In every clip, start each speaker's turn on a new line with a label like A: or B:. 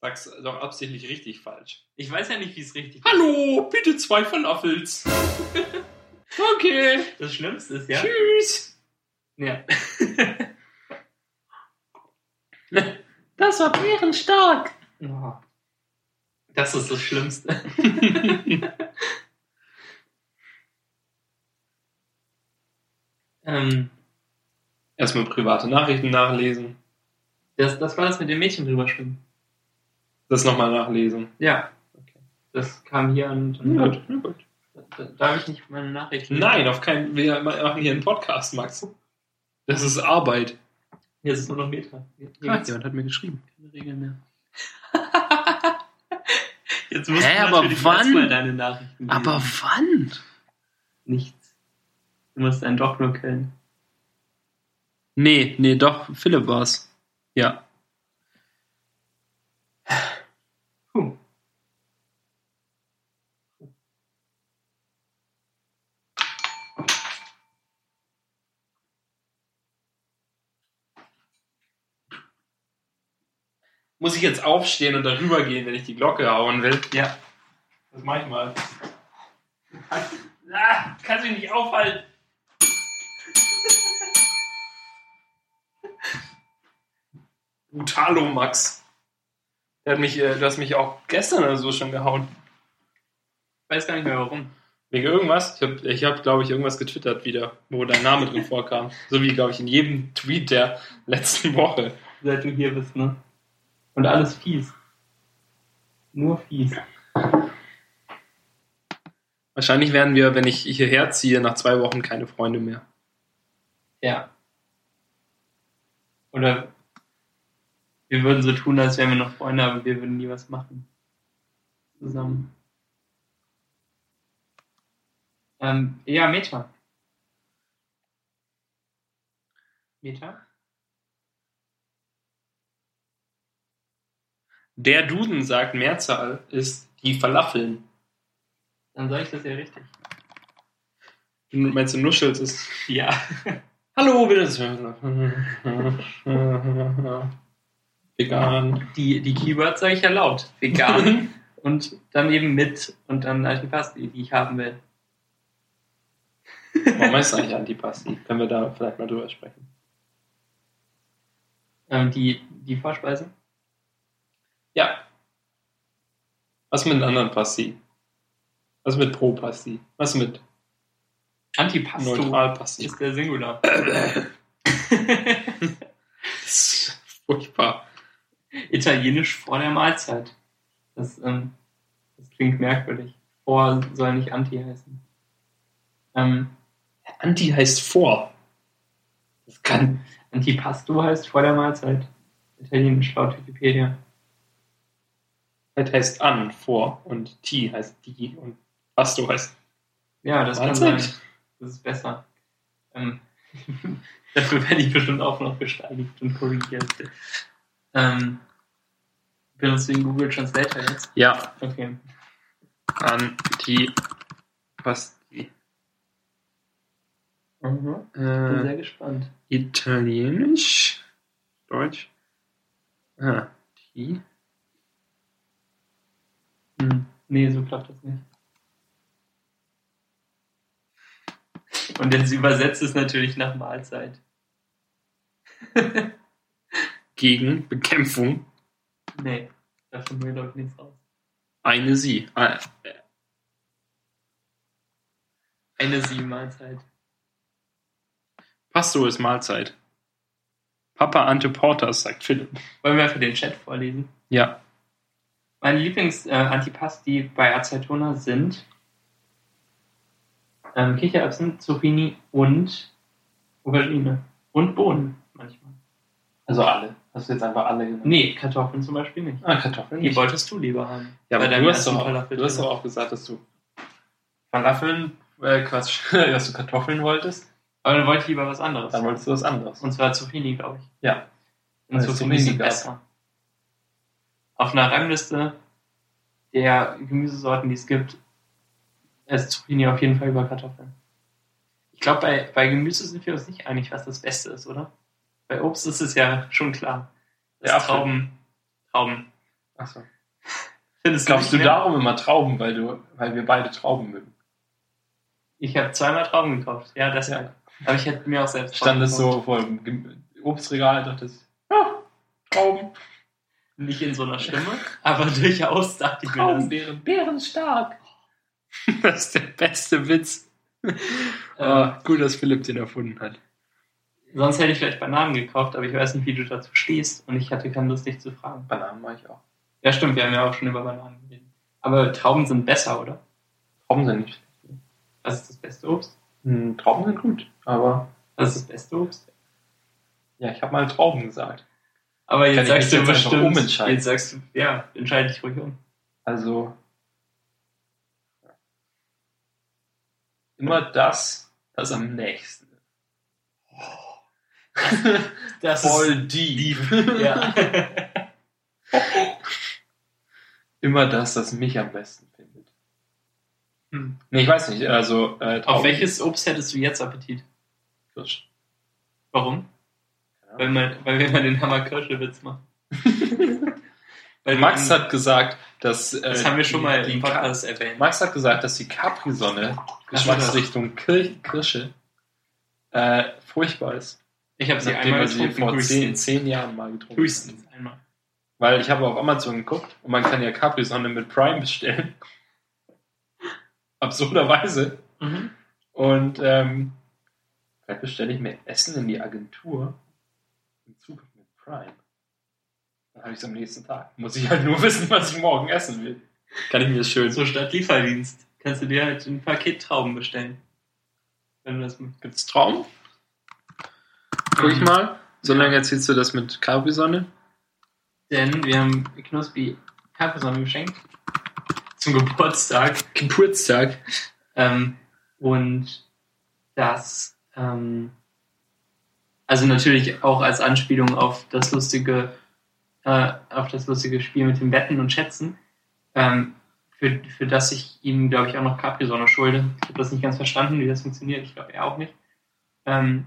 A: Sag's doch absichtlich richtig falsch. Ich weiß ja nicht, wie es richtig Hallo, bitte zwei Falafels. okay.
B: ist. Das Schlimmste ist, ja.
A: Tschüss.
B: ja.
A: Das war bärenstark.
B: Ja. Das ist das Schlimmste. ähm,
A: Erstmal private Nachrichten nachlesen.
B: das, das war das mit dem Mädchen drüber schwimmen.
A: Das nochmal nachlesen.
B: Ja. Das kam hier und, und
A: Na gut, na gut.
B: da- darf ich nicht meine Nachrichten.
A: Hm. Nein, auf keinen Wir machen hier einen Podcast, Max. Das ist Arbeit.
B: Hier ist es nur noch Meter. Hier, hier gibt's
A: hat mir geschrieben.
B: keine Regeln mehr. Jetzt musst
C: Hä,
B: du
C: aber
B: natürlich
C: wann?
B: erstmal deine Nachrichten.
C: Aber
B: lesen.
C: wann?
B: nichts. Du musst einen Job nur killen.
C: Nee, nee, doch, Philipp war's. Ja.
B: Puh.
A: Muss ich jetzt aufstehen und darüber gehen, wenn ich die Glocke hauen will?
B: Ja.
A: Das mach ich mal. Ah, kannst mich nicht aufhalten. Brutalo, Max. Der hat mich, äh, du hast mich auch gestern oder so schon gehauen.
B: Weiß gar nicht mehr warum.
A: Wegen irgendwas? Ich habe, ich hab, glaube ich, irgendwas getwittert wieder, wo dein Name drin vorkam. So wie, glaube ich, in jedem Tweet der letzten Woche.
B: seit du hier bist, ne? Und alles fies. Nur fies.
A: Wahrscheinlich werden wir, wenn ich hierher ziehe, nach zwei Wochen keine Freunde mehr.
B: Ja. Oder wir würden so tun, als wären wir noch Freunde, aber wir würden nie was machen. Zusammen. Ähm, ja, Meta. Meta?
A: Der Duden sagt, Mehrzahl ist die Falafeln.
B: Dann sage ich das ja richtig.
A: Du meinst, du Nuschels ist.
B: Ja.
A: Hallo, bitte. Vegan.
B: Die, die Keywords sage ich ja laut. Vegan und dann eben mit und dann alten Pass, die die ich haben will.
A: Warum heißt es eigentlich Antipasti? Können wir da vielleicht mal drüber sprechen?
B: Ähm, die, die Vorspeise?
A: Ja. Was mit den anderen Pasti? Was mit Pro-Pasti? Was mit
B: Antipasto
A: Neutral-Pasti?
B: ist der Singular.
A: Furchtbar.
B: Italienisch vor der Mahlzeit. Das, ähm, das klingt merkwürdig. Vor soll nicht Anti heißen. Ähm,
A: Anti heißt vor. Das kann.
B: Antipasto heißt vor der Mahlzeit. Italienisch laut Wikipedia.
A: Fett heißt an, vor. Und T heißt die. Und Pasto heißt
B: Ja, das kann sein.
A: Mahlzeit.
B: Das ist besser. Ähm, dafür werde ich bestimmt auch noch gesteinigt und korrigiert. Ähm, benutzt du den Google Translator jetzt?
A: Ja,
B: Okay.
A: Antipasti.
B: Mhm. Bin
A: Äh,
B: sehr gespannt.
A: Italienisch? Deutsch? Ah, die.
B: Hm. Nee, so klappt das nicht. Und jetzt übersetzt es natürlich nach Mahlzeit.
A: Gegen Bekämpfung
B: Nee, da finden wir doch nichts raus.
A: eine Sie. Ah, äh,
B: Eine sieben Mahlzeit.
A: Pasto ist Mahlzeit. Papa Ante Portas, sagt Philipp.
B: Wollen wir für den Chat vorlesen?
A: Ja.
B: Meine Lieblings-Antipasti bei Aceitona sind ähm, Kichererbsen, Zucchini und Aubergine. Und Bohnen manchmal.
A: Also alle. Hast du jetzt einfach alle genommen?
B: Nee, Kartoffeln zum Beispiel nicht.
A: Ah, Kartoffeln
B: Die
A: nicht.
B: wolltest du lieber haben.
A: Ja, aber
B: Bei deinem
A: du hast,
B: ersten
A: doch auch,
B: Falafel-
A: du hast doch auch gesagt, dass du Falafeln, äh, Quatsch, dass du Kartoffeln wolltest.
B: Aber dann wollte ich lieber was anderes.
A: Dann wolltest du was anderes.
B: Und zwar Zucchini, glaube ich.
A: Ja.
B: Und
A: Also
B: Zucchini sind
A: Zucchini gab's.
B: besser. Auf einer Rangliste der Gemüsesorten, die es gibt, ist Zucchini auf jeden Fall über Kartoffeln. Ich glaube, bei, bei Gemüse sind wir uns nicht einig, was das Beste ist, oder? Bei Obst ist es ja schon klar. Das
A: Der Apfel.
B: Trauben, Trauben.
A: Achso.
B: Findest
A: Glaubst du
B: nicht mehr?
A: darum immer Trauben, weil du, weil wir beide Trauben mögen?
B: Ich habe zweimal Trauben gekauft. Ja, das
A: Ja.
B: Aber ich hätte mir auch selbst Trauben
A: Stand das
B: gekauft.
A: so vor dem Gem- Obstregal, dachte ich, ja, Trauben,
B: Nicht in so einer Stimme, aber durchaus dachte ich mir das.
A: Traubenbeeren, Beeren stark.
C: Das ist der beste Witz.
B: Ähm,
C: Ah, gut, dass Philipp den erfunden hat.
B: sonst hätte ich vielleicht Bananen gekauft, aber ich weiß nicht, wie du dazu stehst und ich hatte keine Lust, dich zu fragen.
A: Bananen mache ich auch.
B: Ja, stimmt, wir haben ja auch schon über Bananen geredet. Aber Trauben sind besser, oder?
A: Trauben sind nicht.
B: Was ist das beste Obst?
A: Hm, Trauben sind gut, aber
B: Was ist das beste Obst?
A: ja, ich habe mal Trauben gesagt.
B: Aber
A: Kann
B: jetzt
A: ich mich
B: sagst du
A: jetzt einfach
B: bestimmt.
A: umentscheiden?
B: Jetzt sagst du, ja, entscheide dich ruhig um.
A: Also immer das, das am nächsten. ist.
B: Das
A: Voll deep.
B: ja.
A: Immer das, das mich am besten findet.
B: Hm.
A: Nee, ich weiß nicht. Also äh,
B: Auf
A: Trauben-
B: welches Obst hättest du jetzt Appetit?
A: Kirsch.
B: Warum?
A: Ja.
B: Weil, man, weil wir mal den Hammer-Kirsche-Witz machen. weil
A: Max
B: du-
A: hat gesagt, dass äh,
B: Das haben wir schon
A: die-
B: mal
A: die
B: im Podcast erwähnt.
A: Max hat gesagt, dass die Capri-Sonne Geschmacksrichtung Kir Kirsche äh, furchtbar ist.
B: Ich habe sie
A: Nachdem
B: einmal
A: wir sie
B: getrunken.
A: vor zehn,
B: Höchstens.
A: zehn Jahren mal getrunken haben.
B: Höchstens einmal.
A: Weil ich habe auf Amazon geguckt und man kann ja Capri-Sonne mit Prime bestellen. Absurderweise.
C: Mhm.
A: Und ähm, vielleicht bestelle ich mir Essen in die Agentur im Zug mit Prime. Dann habe ich es am nächsten Tag. Muss ich halt nur wissen, was ich morgen essen will. Kann ich mir schön.
B: So statt Lieferdienst kannst du dir halt ein Paket Trauben bestellen. Wenn du das möchtest.
A: Gibt's Traum?
C: Guck ich
B: Ähm,
C: mal. So lange erzählst du das mit Capri-Sonne?
B: Denn wir haben Knuspi Kaffeesonne geschenkt. Zum Geburtstag.
C: Geburtstag.
B: Ähm, und das, ähm, also natürlich auch als Anspielung auf das lustige, äh, auf das lustige Spiel mit den Wetten und Schätzen, ähm, für, für das ich ihm, glaube ich, auch noch Capri-Sonne schulde. Ich habe das nicht ganz verstanden, wie das funktioniert. Ich glaube, er auch nicht. Ähm,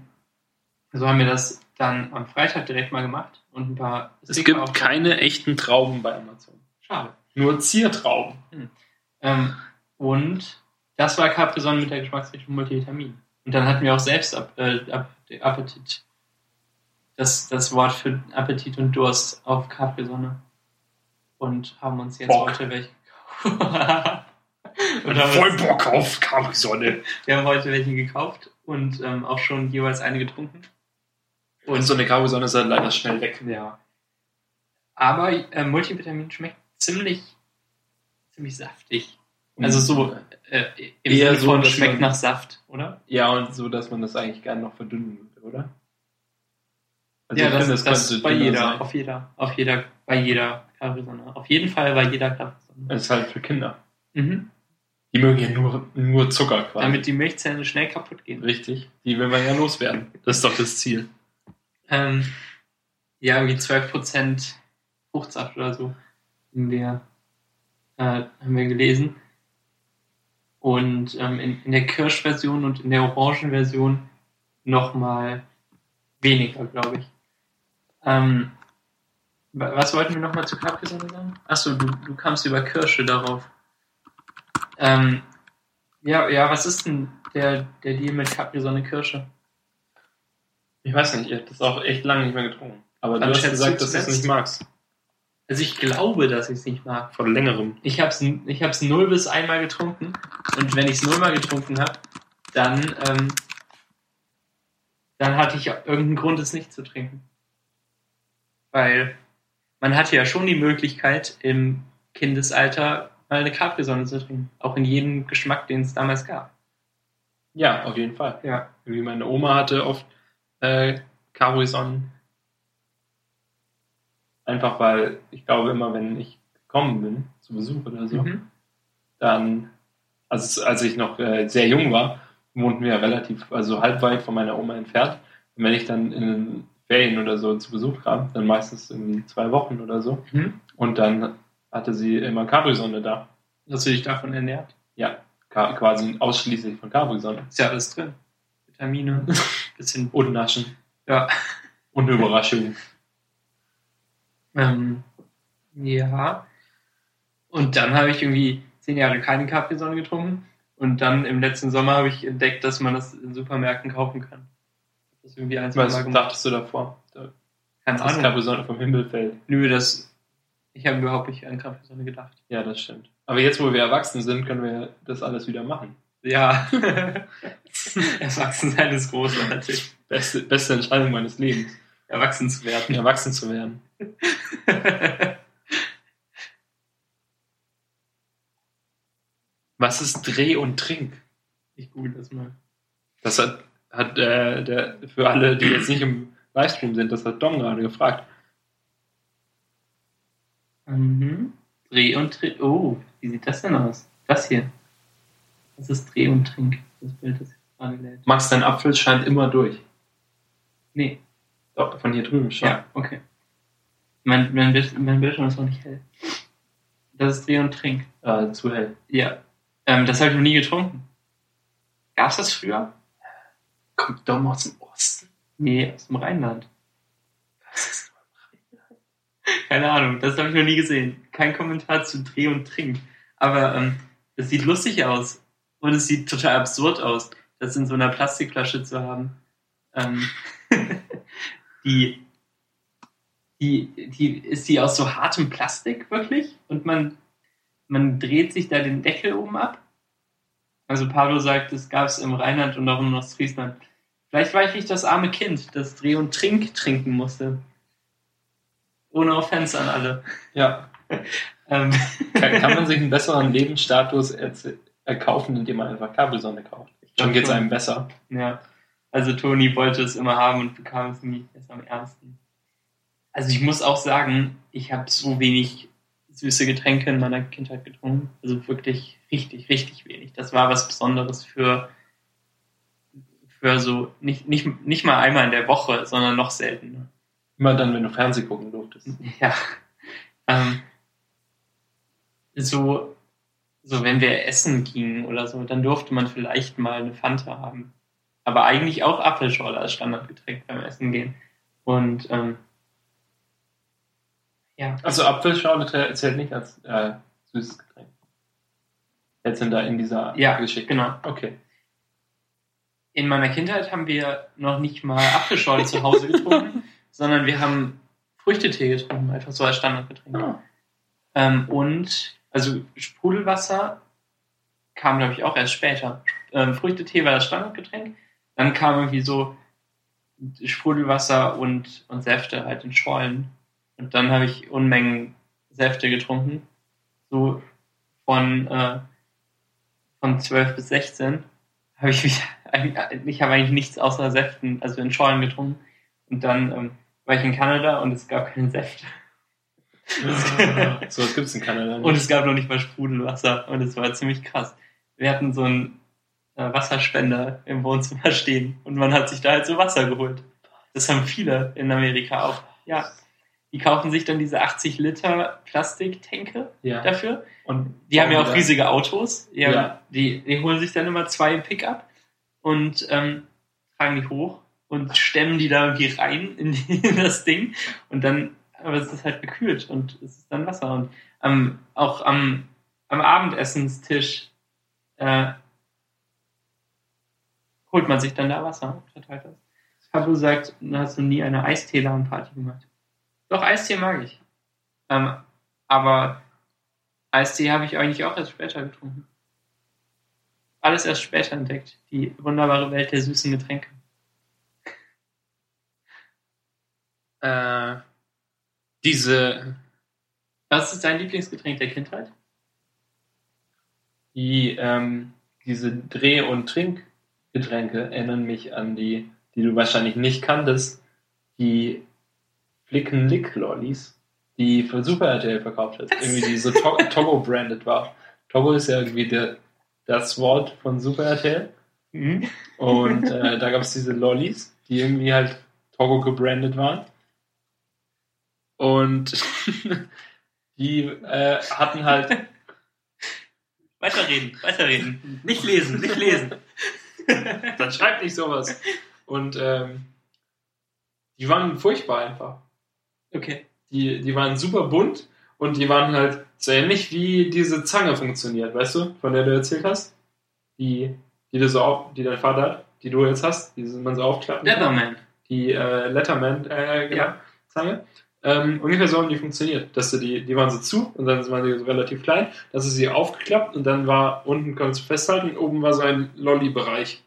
B: so haben wir das dann am Freitag direkt mal gemacht und ein paar
C: Es
B: Sticker
C: gibt
B: auf-
C: keine echten Trauben bei Amazon.
B: Schade.
A: Nur Ziertrauben.
B: Ähm, und das war Capri-Sonne mit der Geschmacksrichtung Multivitamin. Und dann hatten wir auch selbst App- äh, App- Appetit. Das, das Wort für Appetit und Durst auf Capri-Sonne. Und haben uns jetzt
A: Bock.
B: heute welche gekauft. und haben
A: Voll
B: uns,
A: Bock auf Capri-Sonne.
B: wir haben heute welche gekauft und ähm, auch schon jeweils eine getrunken.
A: Und so eine Capri-Sonne ist halt leider schnell weg.
B: Ja. Aber äh, Multivitamin schmeckt ziemlich, ziemlich saftig.
A: Mhm.
B: Also so äh, im
A: Eher
B: Sinne
A: so,
B: von
A: dass
B: schmeckt
A: man-
B: nach Saft, oder?
A: Ja, und so, dass man das eigentlich gerne noch verdünnen würde, oder? Also
B: ja, das, das,
A: könnte
B: bei
A: dünner
B: jeder,
A: sein.
B: auf jeder, auf jeder, bei jeder Kaffeesonne. Auf jeden Fall bei jeder Kaffeesonne.
A: Das ist halt für Kinder.
B: Mhm.
A: Die mögen ja nur, nur Zucker quasi.
B: Damit die Milchzähne schnell kaputt gehen.
A: Richtig. Die will man ja loswerden. Das ist doch das Ziel.
B: Ähm, ja, irgendwie 12% Fruchtsaft oder so haben wir, äh, haben wir gelesen. Und ähm, in, in der Kirschversion und in der Orangenversion nochmal weniger, glaube ich. Ähm, wa- was wollten wir nochmal zu Capri-Sonne sagen? Achso, du, du kamst über Kirsche darauf. Ähm, ja, ja, was ist denn der, der Deal mit Capri-Sonne-Kirsche?
A: Ich weiß nicht, ich habe das auch echt lange nicht mehr getrunken. Aber
B: Wann
A: du hast
B: schätzt
A: gesagt,
B: du
A: dass du es
B: zuletzt?
A: nicht magst.
B: Also ich glaube, dass ich es nicht mag.
A: Vor längerem.
B: Ich habe es ich hab's null bis einmal getrunken. Und wenn ich es nullmal getrunken habe, dann, ähm, dann hatte ich irgendeinen Grund, es nicht zu trinken. Weil man hatte ja schon die Möglichkeit, im Kindesalter mal eine Capri-Sonne zu trinken. Auch in jedem Geschmack, den es damals gab.
A: Ja, auf jeden Fall.
B: Ja.
A: Wie meine Oma hatte oft äh, Carboison. Einfach weil ich glaube immer, wenn ich gekommen bin zu Besuch oder so,
B: Mhm.
A: dann, also als ich noch äh, sehr jung war, wohnten wir relativ, also halb weit von meiner Oma entfernt. Und wenn ich dann in den Ferien oder so zu Besuch kam, dann meistens in zwei Wochen oder so.
B: Mhm.
A: Und dann hatte sie immer Capri-Sonne da.
B: Dass du dich davon ernährt.
A: Ja, ka- quasi ausschließlich von Capri-Sonne.
B: Ist ja alles drin. Vitamine, bisschen
A: Und Naschen.
B: Ja.
A: Und Überraschungen.
B: Ähm, ja, Und dann habe ich irgendwie zehn Jahre keine Kaffeesonne getrunken. Und dann im letzten Sommer habe ich entdeckt, dass man das in Supermärkten kaufen kann. Das ist irgendwie eins
A: Was dachtest du davor? Da-
B: Keine
A: Dass
B: Ahnung.
A: Capri-Sonne vom Himmel fällt.
B: Nö, das. Ich habe überhaupt nicht an Kaffeesonne gedacht.
A: Ja, das stimmt. Aber jetzt, wo wir erwachsen sind, können wir das alles wieder machen.
B: Ja. Erwachsensein ist großartig.
A: Beste, beste Entscheidung meines Lebens.
B: Erwachsen zu werden.
A: Erwachsen zu werden. Was ist Dreh und Trink?
B: ich google das mal.
A: Das hat, hat äh, der, für alle, die jetzt nicht im Livestream sind, das hat Dom gerade gefragt.
B: Mhm. Dreh und Trink. Oh, wie sieht das denn aus? Das hier. Das ist Dreh und Trink. Das Bild ist gerade lädt.
A: Max, dein Apfel scheint immer durch.
B: Nee,
A: Doch, von hier drüben schon.
B: ja, okay. Mein, mein, Bild, mein Bildschirm ist noch nicht hell. Das ist Dreh und Trink.
A: Äh, zu hell.
B: Ja. Ähm, das habe ich noch nie getrunken. Gab's das früher?
A: Kommt Dom aus dem Osten?
B: Nee, aus dem Rheinland. Keine Ahnung, das habe ich noch nie gesehen. Kein Kommentar zu Dreh und Trink. Aber ähm, es sieht lustig aus. Und es sieht total absurd aus, das in so einer Plastikflasche zu haben. Ähm, die, die, die, ist die aus so hartem Plastik wirklich? Und man, man dreht sich da den Deckel oben ab? Also Pablo sagt, es gab es im Rheinland und auch in Ostfriesland. Vielleicht war ich nicht das arme Kind, das Dreh und Trink trinken musste. Ohne Offense an alle.
A: Ja.
B: Ähm,
A: Kann, kann man sich einen besseren Lebensstatus erz- erkaufen, indem man einfach Kabelsonne kauft?
B: glaub
A: Schon geht es
B: schon.
A: einem besser.
B: ja. Also Toni wollte es immer haben und bekam es nie erst am ärmsten. Also ich muss auch sagen, ich habe so wenig süße Getränke in meiner Kindheit getrunken. Also wirklich richtig, richtig wenig. Das war was Besonderes für, für so nicht, nicht, nicht mal einmal in der Woche, sondern noch seltener.
A: Immer dann, wenn du Fernsehen gucken durftest.
B: Ja. Ähm, so, so, wenn wir essen gingen oder so, dann durfte man vielleicht mal eine Fanta haben. Aber eigentlich auch Apfelschorle als Standardgetränk beim Essen gehen. Und ähm, ja,
A: Also Apfelschorle trä- zählt nicht als äh, süßes Getränk. Jetzt sind da in dieser
B: Ja,
A: Geschichte.
B: genau.
A: Okay.
B: In meiner Kindheit haben wir noch nicht mal Apfelschorle zu Hause getrunken, sondern wir haben Früchtetee getrunken, einfach so als Standardgetränk. Ähm, und, also Sprudelwasser kam, glaube ich, auch erst später. Ähm, Früchtetee war das Standardgetränk. Dann kam irgendwie so Sprudelwasser und, und Säfte halt in Schorlen. Und dann habe ich Unmengen Säfte getrunken. So von, äh, von 12 bis 16 habe ich mich, ich habe eigentlich nichts außer Säften, also in Schorlen getrunken. Und dann ähm, war ich in Kanada und es gab keinen Säfte.
A: so was gibt es in Kanada nicht.
B: Und es gab noch nicht mal Sprudelwasser und es war ziemlich krass. Wir hatten so einen äh, Wasserspender im Wohnzimmer stehen und man hat sich da halt so Wasser geholt. Das haben viele in Amerika auch. Ja, die kaufen sich dann diese 80 Liter Plastiktänke
A: ja.
B: dafür.
A: Und
B: Die haben ja auch
A: wieder-
B: riesige Autos. Die, haben,
A: Ja.
B: die, die holen sich dann immer zwei im Pickup und ähm, tragen die hoch und stemmen die da irgendwie rein in, die, in das Ding. Und dann, aber es ist halt gekühlt und es ist dann Wasser. Und ähm, auch am, am Abendessenstisch äh, holt man sich dann da Wasser und verteilt das. Pablo sagt, "Na, hast du nie eine Eistee-Party gemacht? Doch, Eistee mag ich. Ähm, aber Eistee habe ich eigentlich auch erst später getrunken. Alles erst später entdeckt. Die wunderbare Welt der süßen Getränke.
C: Äh, diese.
B: Was ist dein Lieblingsgetränk der Kindheit?
A: Die, ähm, diese Dreh- und Trinkgetränke erinnern mich an die, die du wahrscheinlich nicht kanntest, die Flicken-Lick-Lollis, die für Super RTL verkauft hat. Irgendwie die so to Togo-branded war. Togo ist ja irgendwie der, das Wort von Super RTL.
B: Mhm.
A: Und äh, da gab es diese Lollis, die irgendwie halt Togo gebrandet waren. Und die äh, hatten halt,
B: Weiterreden, weiterreden. Nicht lesen, nicht lesen.
A: dann schreibt nicht sowas. Und ähm, die waren furchtbar einfach.
B: Okay.
A: Die, die waren super bunt und die waren halt So ähnlich wie diese Zange funktioniert, weißt du, von der du erzählt hast? Die, die, du so auf, die dein Vater hat, die du jetzt hast, die man so aufklappt.
B: Leatherman.
A: Die äh, Letterman, äh, genau, Zange. Ähm, ungefähr so haben die funktioniert. Dass du die, die waren so zu und dann waren sie so relativ klein, dass du sie aufgeklappt und dann war unten konntest du festhalten und oben war so ein Lolli-Bereich,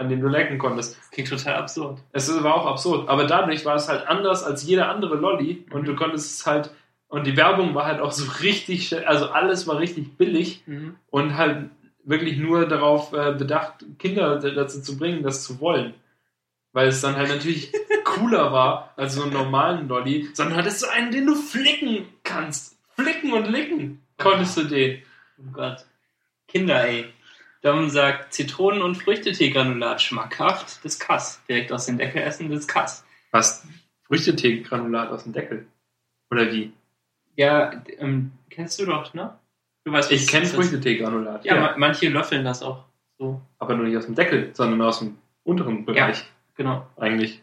A: an dem du lecken konntest.
B: Das klingt total absurd.
A: Es war auch absurd, aber dadurch war es halt anders als jeder andere Lolli und
B: Mhm.
A: du konntest es halt und die Werbung war halt auch so richtig, schnell- also alles war richtig billig
B: Mhm.
A: und halt wirklich nur darauf äh, bedacht, Kinder d- dazu zu bringen, das zu wollen. Weil es dann halt natürlich cooler war als so einen normalen Lolli, sondern hattest du einen, den du flicken kannst. Flicken und licken konntest du den.
B: Oh Gott. Kinder, ey. Dom sagt Zitronen- und Früchteteegranulat schmackhaft. Das Kass. Direkt aus dem Deckel essen, das Kass.
A: Was? Früchtetee-Granulat aus dem Deckel? Oder wie?
B: Ja, d- ähm, kennst du doch, ne? Du weißt,
A: Ich
B: was
A: kenne
B: das ist.
A: Früchtetee-Granulat.
B: Ja, ma- manche löffeln das auch so.
A: aber nur nicht aus dem Deckel, sondern aus dem unteren Bereich
B: Genau.
A: eigentlich.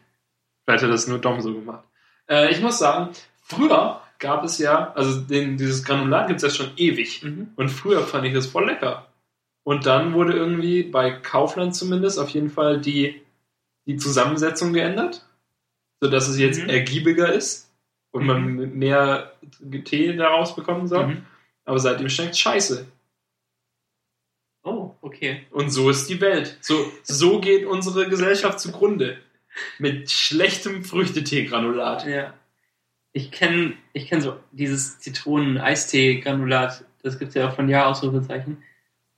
A: Vielleicht hat das nur Dom so gemacht. Äh, ich muss sagen, früher gab es ja, also den, dieses Granulat gibt es ja schon ewig.
B: Mhm.
A: Und früher fand ich das voll lecker. Und dann wurde irgendwie bei Kaufland zumindest auf jeden Fall die, die Zusammensetzung geändert, sodass es jetzt
B: Mhm.
A: ergiebiger ist und man mehr Tee daraus bekommen soll.
B: Mhm.
A: Aber seitdem schmeckt scheiße.
B: Oh, okay.
A: Und so ist die Welt. So, so geht unsere Gesellschaft zugrunde. Mit schlechtem Früchteteegranulat.
B: Ja. Ich kenne ich kenn so dieses Zitronen-Eistee-Granulat. Das gibt es ja auch von Ja, Ausrufezeichen.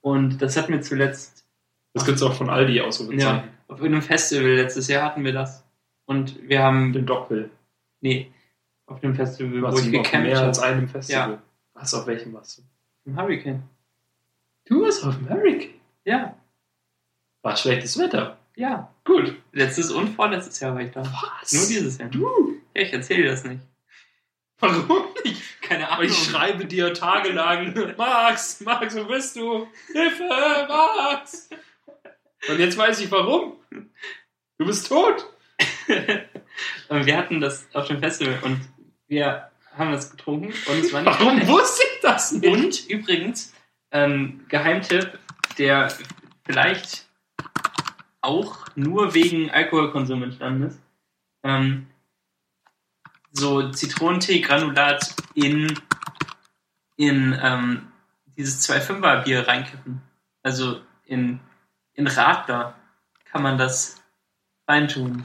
B: Und das hatten wir zuletzt
A: Das gibt's auch von Aldi aus.
B: Ja,
A: Ja.
B: auf irgendeinem Festival letztes Jahr hatten wir das. Und wir haben,
A: Den Doppel.
B: nee, auf dem Festival, wo
A: Was
B: ich
A: ich auf
B: gecampt
A: mehr als
B: habe.
A: einem Festival. Was, auf welchem warst du?
B: Im Hurricane.
A: Du warst auf dem Hurricane.
B: Ja,
A: War schlechtes Wetter.
B: ja.
A: Gut.
B: Letztes und vorletztes Jahr war ich da.
A: Was?
B: Nur dieses Jahr.
A: Du?
B: Ja, ich erzähle dir das nicht.
A: Warum nicht?
B: Keine
A: Aber
B: Ahnung.
A: Oh, ich schreibe dir tagelang. Max, Max, wo bist du? Hilfe, Max! Und jetzt weiß ich warum. Du bist tot.
B: Und wir hatten das auf dem Festival und wir haben das getrunken und es war nicht
A: Warum
B: schlecht.
A: wusste ich das nicht?
B: Und übrigens, ähm, Geheimtipp, der vielleicht auch nur wegen Alkoholkonsum entstanden ist. Ähm, so Zitronentee-Granulat in, in ähm, dieses 2,5er-Bier reinkippen. Also in, in Radler kann man das reintun.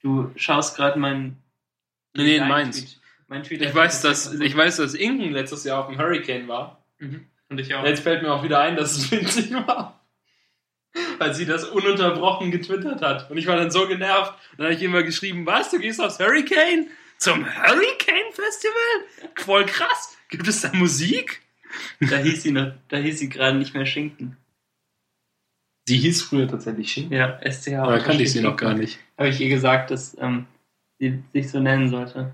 B: Du schaust gerade meinen.
A: Nee,
B: deinen
A: meins.
B: Tweet. Mein Tweet
A: Ich weiß, dass, ich weiß, dass Inken letztes Jahr auf dem Hurricane war.
B: Mhm. Und ich auch.
A: Jetzt fällt mir auch wieder ein, dass es winzig war. Weil sie das ununterbrochen getwittert hat. Und ich war dann so genervt. Und dann habe ich immer geschrieben, was, du gehst aufs Hurricane? Zum Hurricane Festival? Voll krass. Gibt es da Musik?
B: Da hieß sie noch, da hieß sie gerade nicht mehr Schinken.
A: Sie hieß früher tatsächlich Schinken.
B: Ja, SCH.
A: Aber da kannte ich sie noch gar nicht.
B: Habe ich ihr gesagt, dass ähm, sie sich so nennen sollte.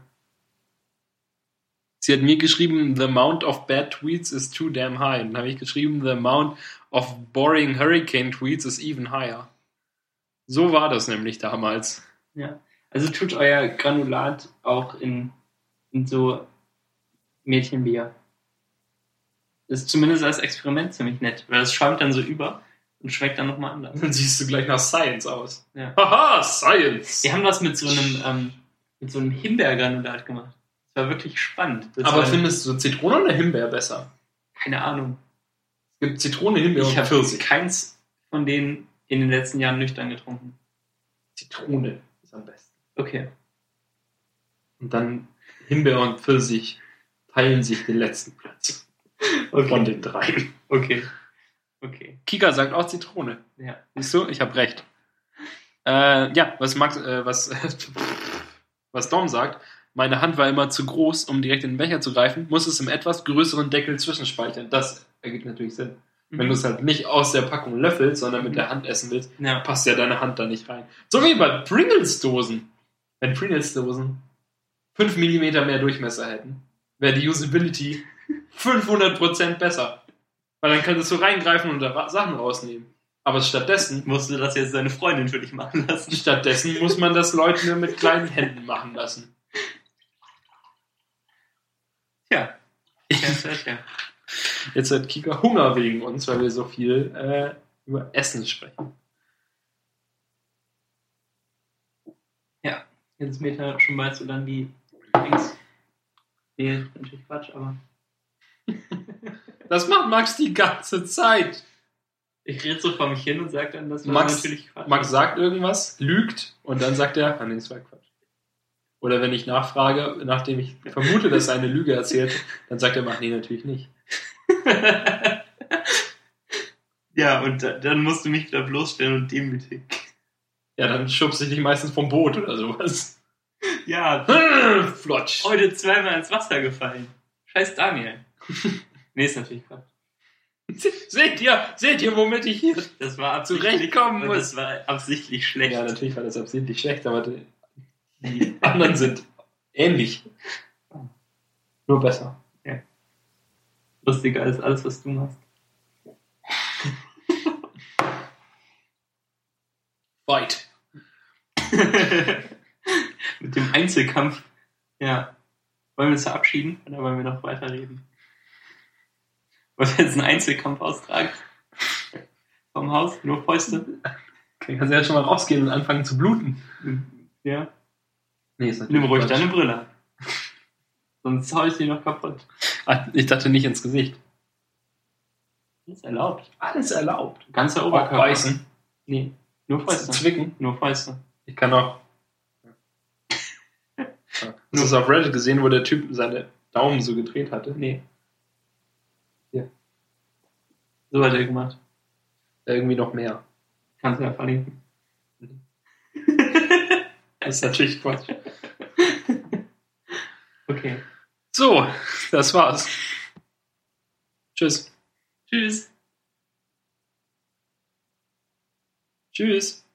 A: Sie hat mir geschrieben, the amount of bad tweets is too damn high. Und dann habe ich geschrieben, the amount of boring Hurricane tweets is even higher. So war das nämlich damals.
B: Also tut euer Granulat auch in, in so Mädchenbier. Ist zumindest als Experiment ziemlich nett, weil das schäumt dann so über und schmeckt dann nochmal anders.
A: Dann siehst du gleich nach Science aus.
B: Ja.
A: Haha, Science!
B: Wir haben das mit so einem, ähm, mit so einem Himbeergranulat gemacht. Das war wirklich spannend. Das
A: Aber
B: war,
A: findest du Zitrone oder Himbeer besser?
B: keine Ahnung.
A: Es gibt Zitrone, Himbeer
B: Ich
A: und
B: habe
A: Pfirsich.
B: keins von denen in den letzten Jahren nüchtern getrunken.
A: Zitrone ist am besten.
B: Okay.
A: Und dann Himbeer und Pfirsich teilen sich den letzten Platz von den drei.
B: Okay. Okay.
A: Kika sagt auch Zitrone.
B: Ja.
A: Siehst du, ich habe recht. Äh, ja, was Max, äh, was, was Dom sagt, meine Hand war immer zu groß, um direkt in den Becher zu greifen, muss es im etwas größeren Deckel zwischenspeichern. Das ergibt natürlich Sinn.
B: Mhm.
A: Wenn du es halt nicht aus der Packung löffelst, sondern mit der Hand essen willst,
B: ja.
A: passt ja deine Hand da nicht rein. So wie bei Pringles-Dosen. Wenn Pringles-Dosen 5 mm mehr Durchmesser hätten, wäre die Usability 500% besser. Weil dann könntest du reingreifen und da Ra- Sachen rausnehmen. Aber stattdessen,
B: Musst du das jetzt deine Freundin für dich machen lassen?
A: stattdessen muss man das Leuten nur mit kleinen Händen machen lassen.
B: Tja. Tatsächlich.
A: Jetzt hat Kika Hunger wegen uns, weil wir so viel äh, über Essen sprechen.
B: Jetzt ist Meta schon bald so lang wie links. Nee, natürlich Quatsch, aber
A: Das macht Max die ganze Zeit.
B: ich rede so vor mich hin und sage dann, dass das
A: Max-
B: natürlich Quatsch
A: Max sagt irgendwas, lügt und dann sagt er, ah, nee, das war Quatsch. Oder wenn ich nachfrage, nachdem ich vermute, dass er eine Lüge erzählt, dann sagt er, ach nee, natürlich nicht.
B: ja, und da, dann musst du mich wieder bloßstellen und demütig.
A: Ja, dann schubse ich dich meistens vom Boot oder sowas.
B: Ja,
A: Flotsch.
B: heute zweimal ins Wasser gefallen. Scheiß Daniel. nee, ist natürlich Quatsch.
A: Seht ihr, seht ihr, womit ich hier...
B: Das war absichtlich,
A: Zurechtkommen muss.
B: Das war absichtlich schlecht.
A: Ja, natürlich war das absichtlich schlecht, aber die
B: Die-
A: anderen sind ähnlich. Nur besser.
B: Lustiger als alles, was du machst.
A: Weit.
B: Mit dem Einzelkampf. Ja. Wollen wir uns verabschieden oder wollen wir noch weiterreden? Wollen wir jetzt einen Einzelkampf austragen? Vom Haus? Nur Fäuste?
A: Dann kannst du ja schon mal rausgehen und anfangen zu bluten.
B: Ja.
A: Nee, ist natürlich
B: Nimm ruhig
A: Quatsch.
B: deine Brille. Sonst hau ich die noch kaputt.
A: Ah, Ich dachte nicht ins Gesicht.
B: Das ist erlaubt.
A: Alles erlaubt.
B: Ganzer
A: Auch
B: Oberkörper.
A: Oh, beißen,
B: Nee. Nur Fäuste.
A: zwicken.
B: Nur Fäuste.
A: Ich kann auch. Hast du es auf Reddit gesehen, wo der Typ seine Daumen so gedreht hatte?
B: Nee.
A: Hier.
B: So hat er gemacht.
A: Irgendwie noch mehr.
B: Kannst du ja verlinken.
A: Das ist natürlich Quatsch.
B: Okay.
A: So, das war's. Tschüss.
B: Tschüss.
A: Tschüss.